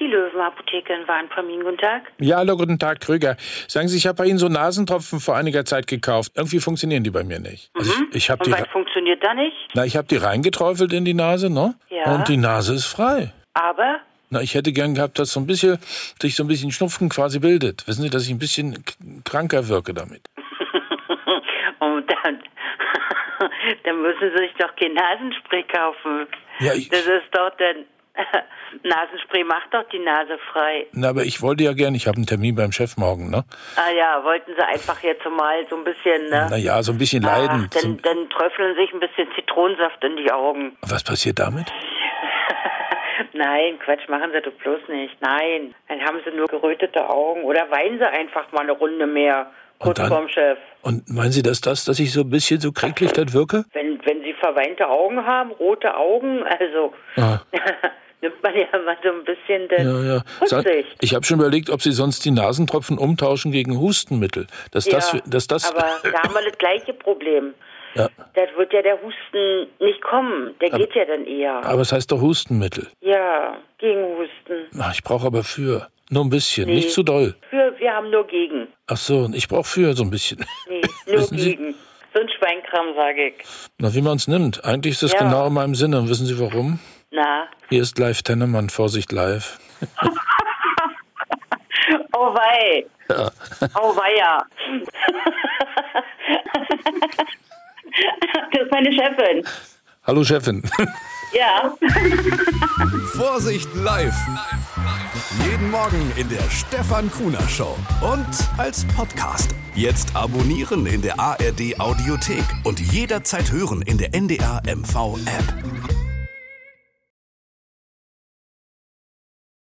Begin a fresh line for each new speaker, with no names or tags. Die Löwenapotheke in Weinpramin, guten Tag.
Ja, hallo, guten Tag, Krüger. Sagen Sie, ich habe bei Ihnen so Nasentropfen vor einiger Zeit gekauft. Irgendwie funktionieren die bei mir nicht. Also ich ich habe
Mhm. Und
die,
was funktioniert da nicht?
na, ich hab die reingeträufelt in die Nase, ne?
Ja.
Und die Nase ist frei.
Aber,
Na, ich hätte gern gehabt, dass so ein bisschen, sich so ein bisschen Schnupfen quasi bildet. Wissen Sie, dass ich ein bisschen k- kranker wirke damit.
und dann, dann müssen Sie sich doch kein Nasenspray kaufen.
Ja, ich-
das ist doch der Nasenspray macht doch die Nase frei.
Na, aber ich wollte ja gern, ich habe einen Termin beim Chef morgen, ne?
Ah ja, wollten Sie einfach jetzt mal so ein bisschen, ne?
Na ja, so ein bisschen leiden.
Ach,
So,
dann, dann träufeln sich ein bisschen Zitronensaft in die Augen.
was passiert damit?
Nein, Quatsch, machen Sie doch bloß nicht. Nein, dann haben Sie nur gerötete Augen. Oder weinen Sie einfach mal eine Runde mehr.
Und
Kurz
dann-
vorm Chef.
Und meinen Sie, dass das, dass ich so ein bisschen so kränklich dann wirke?
Wenn, wenn Sie verweinte Augen haben, rote Augen, also
Ah.
nimmt man ja mal so ein bisschen den
Ja, ja. Sag,
Rücksicht.
ich habe schon überlegt, ob Sie sonst die Nasentropfen umtauschen gegen Hustenmittel. Dass das,
ja,
dass das,
aber da haben wir das gleiche Problem.
Ja.
Das wird ja der Husten nicht kommen. Der geht ja dann eher.
aber es heißt doch Hustenmittel.
ja, gegen Husten.
Ach, ich brauche aber für. Nur ein bisschen, nicht zu doll.
Für, wir haben nur gegen.
Ach so, ich brauche für so ein bisschen.
Nee, nur
Wissen Sie-
gegen. So ein Schweinkram, sage ich.
Na, wie man es nimmt. Eigentlich ist das
Ja.
genau in meinem Sinne. Und wissen Sie warum?
Na.
Hier ist live Tennemann, Vorsicht live.
Oh wei. Oh weia. Das ist meine Chefin.
Hallo Chefin.
Ja.
Vorsicht live. Jeden Morgen in der Stefan Kuhner Show. Und als Podcast. Jetzt abonnieren in der ARD Audiothek und jederzeit hören in der NDR MV App.